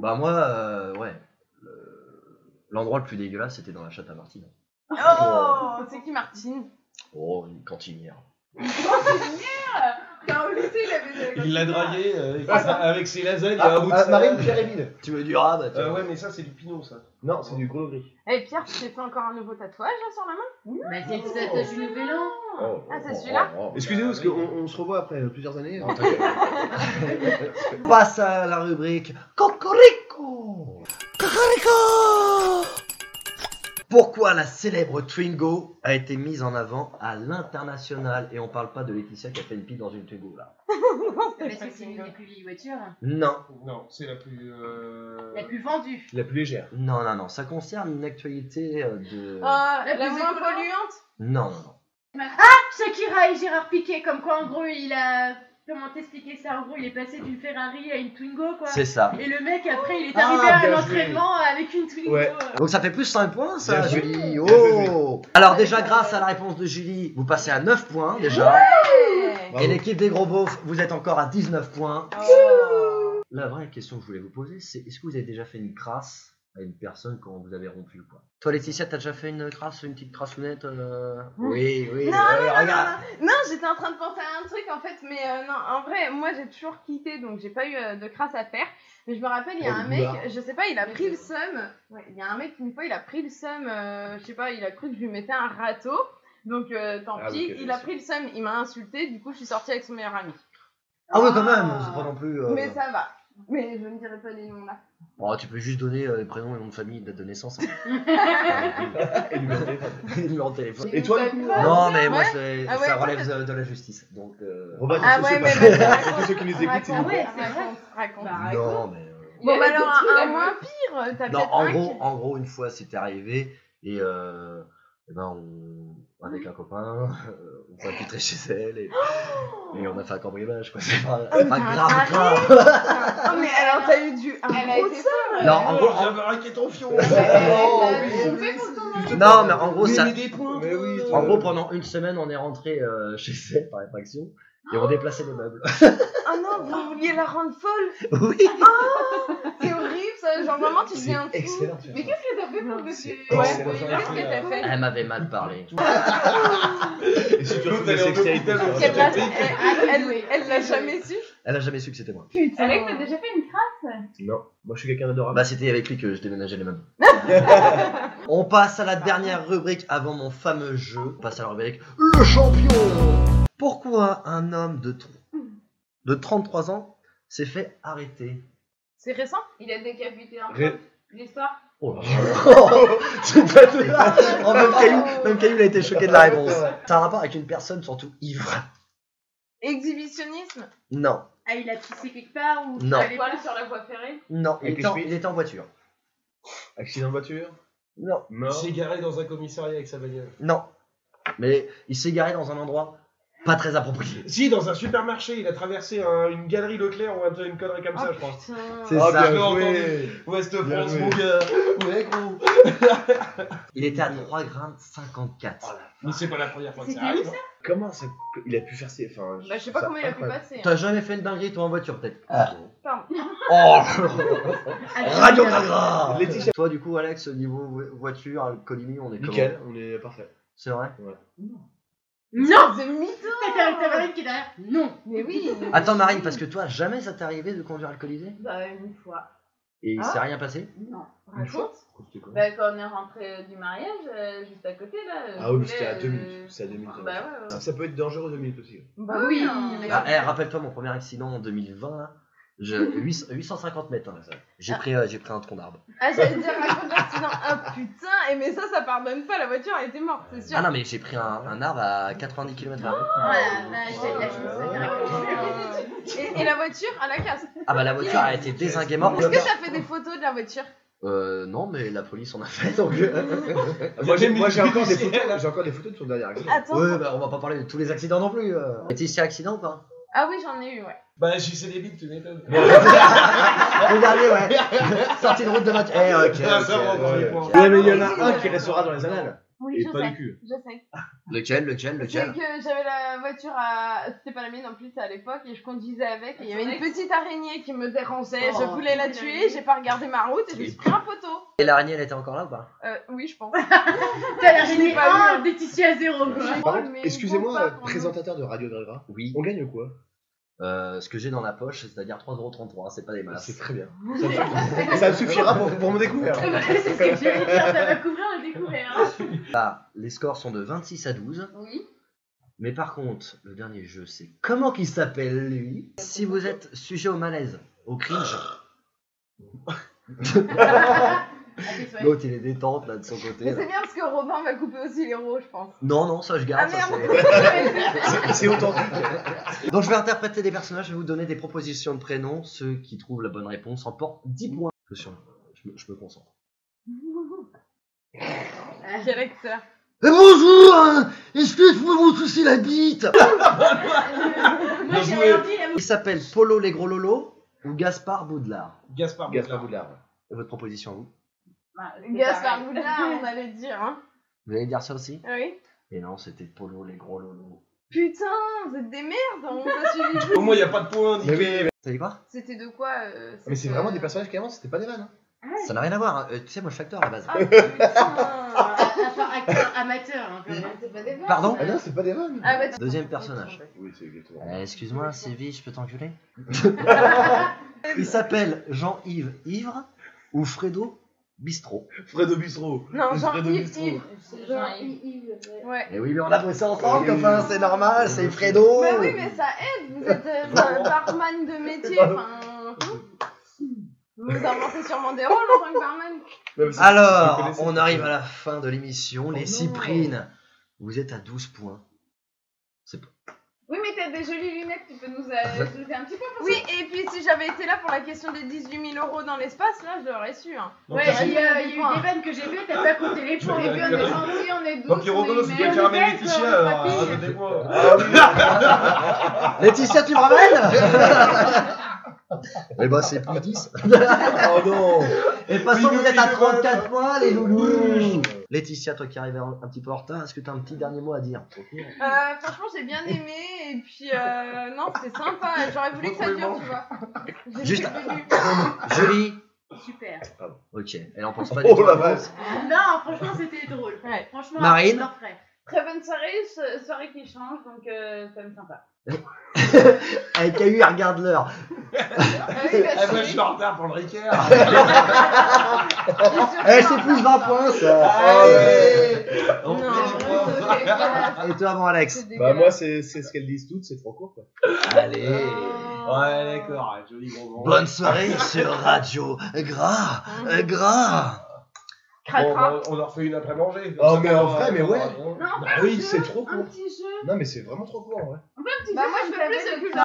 Bah moi, euh, ouais. Le- L'endroit le plus dégueulasse, c'était dans la chatte à Martine.
Oh C'est qui Martine
Oh, une cantinière.
Ah,
Quand au lycée, il avait.
Il l'a dragué euh, avec, sa- avec ses lasagnes et un bout de
Ah, Marine,
salade.
Pierre et Ville.
Tu veux du rat, bah, tu
Euh,
vois.
ouais, mais ça, c'est du pinot, ça.
Non, c'est du gros gris.
Eh Pierre, tu t'es fait encore un nouveau tatouage là sur la main
Mais Bah, c'est le tatouage du nouvel an.
Oh.
Ah, c'est celui-là
Excusez-vous, parce qu'on on se revoit après plusieurs années.
Non, On passe à la rubrique Cocorico Cocorico Pourquoi la célèbre Twingo a été mise en avant à l'international Et on parle pas de Laetitia qui a fait une pipe dans une Twingo là.
Oh,
Parce que Bah, c'est une des plus vieilles voitures.
Non,
Non, c'est la plus. euh,
La plus vendue.
La plus légère.
non, non, non. Ça concerne une actualité euh, de.
Ah,
La
La,
plus
moins
écolo.
polluante
Non, non, non.
Shakira et Gérard Piquet, comme quoi en gros il a. Comment t'expliquer ça En gros, il est passé d'une Ferrari à une Twingo quoi.
C'est ça.
Et le mec après il est
Ah,
arrivé à
bien
l'entraînement avec une Twingo.
Ouais.
euh.
Donc ça fait plus 5 points, ça,
Bien joué.
Julie.
Bien joué,
Oh Alors déjà, grâce à la réponse de Julie, vous passez à 9 points déjà.
Ouais.
Et l'équipe des gros beaufs, vous êtes encore à 19 points.
Oh.
La vraie question que je voulais vous poser, c'est est-ce que vous avez déjà fait une crasse à une personne quand vous avez rompu quoi Toi, Laetitia, t'as déjà fait une crasse, une petite crassounette euh, Oui, oui,
Hein Non,
oui,
non,
regarde.
non, non, j'étais en train de penser à un truc en fait, mais euh, non, en vrai, moi j'ai toujours quitté donc j'ai pas eu euh, de crasse à faire. Mais je me rappelle, il y a
Oh,
un mec,
oula.
je sais pas, il a pris le seum. Ouais, il y a un mec, une fois, il a pris le seum, euh, je sais pas, il a cru que je lui mettais un râteau. Donc euh, tant
Ah,
pis,
ok,
il a
c'est-
pris le seum, il m'a insulté, du coup je suis sortie avec son meilleur ami.
Ah oui, quand même, c'est pas non plus. euh,
Mais ça va. Mais je ne dirai pas les noms là.
bon, tu peux juste donner euh, les prénoms et nom de famille, date de naissance, hein.
Et numéro de téléphone.
et numéro de téléphone.
Et toi, du coup,
Ah,
Non, mais
ouais
moi, c'est-
Ah ouais,
ça
toi,
relève de, de la justice. Donc, euh,
Robin,
Ah
tu
ouais,
sais,
mais
c'est pas-
vas-y,
pour tous ceux qui nous écoutent, c'est
Raconte,
une-
ouais.
raconte, raconte.
Bah,
non, mais. euh,
Bon, bah
Il y a
alors,
des trucs
un,
à
un moins pire, euh, t'as
Non,
peut-être
en
un
gros,
qui-
en gros, une fois, c'était arrivé et euh, et ben on, avec un copain, euh, on s'est infiltré chez elle et, et on a fait un cambriolage. quoi. C'est pas,
mais
pas
t'as
grave,
arrêté
grave.
Non, Ah, mais alors, t'as eu du.
Elle a été folle.
Ah,
Non, en gros, en-
Ah, J'avais un qui est en fion.
non, mais en gros, ça,
des points.
Mais oui,
toi.
en gros, pendant une semaine, on est rentré euh, chez elle par effraction et on déplaçait les meubles.
Ah non, vous vouliez la rendre folle
oui,
C'est horrible ça, genre maman, tu
C'est
deviens fou.
excellent.
Mais qu'est-ce que t'as fait pour que
C'est
tu.
excellent,
Ouais,
j'en ai
Qu'est-ce que t'as fait
elle m'avait mal parlé.
Et si tu
L'autre,
refais
elle est en
le sextape,
hôpital,
on
en
sera
Elle l'a-
jamais-
elle- elle- elle l'a jamais su.
Elle a jamais su que c'était moi.
Alex, t'as déjà fait une crasse
Non, moi je suis quelqu'un d'adorable.
Bah, c'était avec lui que je déménageais les meubles. on passe à la dernière rubrique avant mon fameux jeu. On passe à la rubrique Le champion Pourquoi un homme de, tr- de 33 ans s'est fait arrêter
C'est récent
Il a décapité un
Ré-
peu. L'histoire
Oh là là C'est pas de là Oh, même, Caillou, même Caillou, il a été choqué de la réponse. Ça a un rapport avec une personne surtout ivre.
Exhibitionnisme
Non,
Ah, il a pissé quelque part ou.
non,
Les poils sur la voie ferrée
non, il
Avec
était, en,
les
il était en voiture.
Accident de voiture
Non,
Il
Mort
s'est garé dans un commissariat avec sa bagnole.
non. Mais il s'est garé dans un endroit pas très approprié.
Si, dans un supermarché, il a traversé un- une galerie Leclerc ou un- une connerie comme ça, je pense.
C'est
Ah,
ça.
bien
Non,
joué
Ouest
Bien
France,
joué.
mon gars. Ouais, gros.
Il était à 3 grammes 54.
Mais c'est pas la première fois que
C'est
ça
terrible
arrive. hein.
ça
Comment ça... il a pu faire ses... Enfin,
Bah, je sais pas
ça-
comment il a pu
incroyable.
passer. hein.
T'as jamais fait une dinguerie toi en voiture peut-être
Pardon.
Oh
Ah,
Radio Gaga
Laetitia-
Toi du coup Alex au niveau vo- voiture, alcoolémie, on est comment
Nickel, on est parfait.
C'est vrai
Non
C'est mytho
T'as ta ta marine qui est derrière Non
Mais oui
Attends Marine, parce que toi jamais ça t'est arrivé de conduire alcoolisé
Bah, une fois.
Et il
Ah.
s'est rien passé
Non.
fois
Raconte.
C'était quoi
Bah, quand on est rentré euh, du mariage, euh, juste à côté là. euh,
Ah oui, mais
je
c'était à
voulais,
deux
euh,
minutes. C'est à deux minutes.
Bah, ouais, ouais.
Ça- Ça peut être dangereux deux minutes aussi.
Bah oui
Ah,
mais-
Ah, eh, Rappelle-toi mon premier accident en 2020 là. hein. Je, 800 850 mètres, hein, ça. j'ai pris, euh, j'ai pris un tronc d'arbre.
Ah, j'allais dire raconte l'accident. Ah putain Et mais ça, ça pardonne pas, la voiture elle était morte, c'est sûr. Oh.
Ah non, mais j'ai pris un, un arbre à 90 km/h.
Ah la vache, elle lâche ça
Ah. et, et la voiture, à la casse.
Ah bah la voiture a été désinguée morte.
Est-ce que t'as fait des photos de la voiture
Euh, non, mais la police en a fait donc. euh,
Ah, Moi j'ai
même
moi,
une
j'ai encore, des
judiciaire, là.
photos- j'ai encore des photos de son dernier accident.
Attends.
Ouais, bah on va pas parler de tous les accidents non plus. Euh. Laetitia, accident ou pas
Ah oui, j'en ai eu, ouais.
Bah, j'y sais des bites, tu m'étonnes.
Le dernier, ouais. Sortie de route de match. Eh, ok.
Ah,
ok,
ça, on va encore les
ok,
points.
ok.
Ouais, mais il y en a un qui restera dans les annales.
Oui,
Et
je
pas
sais.
du cul.
Je sais.
Lequel, lequel,
C'est
lequel
que
Euh,
j'avais la voiture à. C'était pas la mienne en plus à l'époque et je conduisais avec et il y avait une petite araignée qui me dérangeait. je
Oh,
voulais la
putain.
tuer, j'ai pas regardé ma route et je me suis pris un poteau.
Et l'araignée, elle était encore là ou pas
Euh, oui, je pense.
T'as
Je
l'air
l'ai
gêné
pas vu,
1,
hein.
Laetitia 0
Ouais.
quoi.
Par
mais
contre,
ils font pas
excusez-moi,
pour nous.
présentateur de Radio Gragra,
Oui.
on gagne quoi
Euh, ce que j'ai dans la poche, c'est-à-dire 3,33€, c'est pas des
C'est
masses.
très bien. Ça me suffit. Ça me suffira pour, pour me découvrir.
C'est ce que j'ai dit, ça va couvrir le découvert. hein.
Là, les scores sont de 26 à 12.
Oui.
Mais par contre, le dernier jeu, c'est comment qu'il s'appelle lui Si vous êtes sujet au malaise, au cringe,
Allez, soyez-
l'autre il est détente là de son côté.
Ah, Mais
là.
c'est bien parce que Robin va couper aussi les roues, je pense.
Non, non, ça je
Ah
garde. ça,
merde
c'est-
C'est- C'est authentique.
Donc je vais interpréter des personnages, je vais vous donner des propositions de prénoms. Ceux qui trouvent la bonne réponse emportent 10 points. Attention, je me, je me concentre.
Ah.
Quel acteur
Et Eh, bonjour hein Est-ce que je peux vous toucher la bite
Moi j'ai rien dit, la mou-
Il s'appelle Polo les gros lolos ou Gaspard Boudelard
Gaspard
Gaspard Gaspard.
Boudlard.
Et Votre proposition à vous
Bah, c'est
Gaspard
pareil.
Moulin, on allait dire, hein.
Vous allez dire ça aussi
Ah Oui.
Et non, c'était Polo les gros lolos.
Putain, vous êtes des merdes, on t'a suivi
Au moins, y a pas de points.
Mais oui, mais-
Vous savez quoi
C'était de quoi euh,
mais c'est
cette,
vraiment des
euh,
personnages qui avancent, c'était pas des vannes. hein.
Ça n'a rien à voir, hein. Euh, tu sais, moi je suis acteur à la base.
Ah putain
À à part acteur amateur. hein, quand même.
C'est pas des blagues.
Pardon
Ah non, c'est pas des vannes.
Ah bah tu-
Deuxième personnage.
Oui, c'est
Ah,
exactement.
Euh, Excuse-moi, Sylvie, je peux t'enculer Il s'appelle Jean-Yves Ivre ou Fredo Bistrot.
Fredo Bistro.
Non,
Le
genre
Fredo
Yves,
Bistro.
Yves.
C'est Jean-Yves.
Ouais.
Et Eh oui, Eh mais on a fait ça ensemble,
Oui.
enfin, c'est normal, c'est Fredo
Bah oui, mais ça aide, vous êtes euh, enfin, barman de métier, enfin. Vous inventez sûrement des rôles en tant que barman.
Non, mais c'est- vous
Alors,
connaissez-
on arrive à la fin Oh de l'émission, les
non.
Cyprines. Vous êtes à 12 points. C'est pas-
Oui, mais t'as des jolies lunettes, tu peux nous euh, ajouter un petit peu
Oui, et puis si j'avais été là pour la question des 18 000 euros dans l'espace, là, je l'aurais su. Hein.
Donc,
Ouais,
t'as-
il y a il y a eu des vannes que j'ai vues, t'as pas compté les points.
Et puis on est gentils, on est douces.
Donc, il reconnaît
on
c'est
est
bien
merveilleux,
caramel les fichiers,
hein. quoi, on est
alors
papilles.
racontez-moi.
Laetitia, tu me ramènes Eh ben, c'est plus 10.
Oh non
Et passons,
Oui,
vous êtes à
oui,
34 points, les loulous
Oui.
Laetitia, toi qui arrives un un petit peu en retard, est-ce que tu as un petit dernier mot à dire
Euh, franchement, j'ai bien aimé, et puis euh, non, c'était sympa. J'aurais voulu que ça dure, tu vois. J'ai
Juste-
vu le début.
Julie
Super.
Ok, elle en pense pas du tout.
Oh la vache
Non, franchement, c'était drôle.
Ouais.
Franchement,
Marine
je leur ferai.
Très bonne soirée, so- soirée qui change, donc euh, quand même sympa.
Avec AU, Eh, regarde l'heure.
Ah oui, bah,
Ah, moi,
c'est-
je suis en retard pour le Ricard.
Eh, c'est plus 20 points, ça
Allez
Non,
On
non,
fait du
non,
point.
c'est dégueulasse,
Et toi, mon Alex
c'est
Bah
dégueulasse.
moi c'est c'est ce qu'elles disent toutes, c'est trop court quoi.
Allez
Ouais, d'accord, joli gros vent.
Bonne soirée sur Radio Gras, euh, Gras.
Bon,
Cracra.
bah, on en refait une après manger.
Oh, mais en vrai, mais ouais.
Non,
Bah oui, c'est trop
un
court.
petit jeu.
Non mais c'est vraiment trop court en vrai.
Un petit
Bah
jeu
moi,
qui
je veux
s'appelle
plus de
le
cul.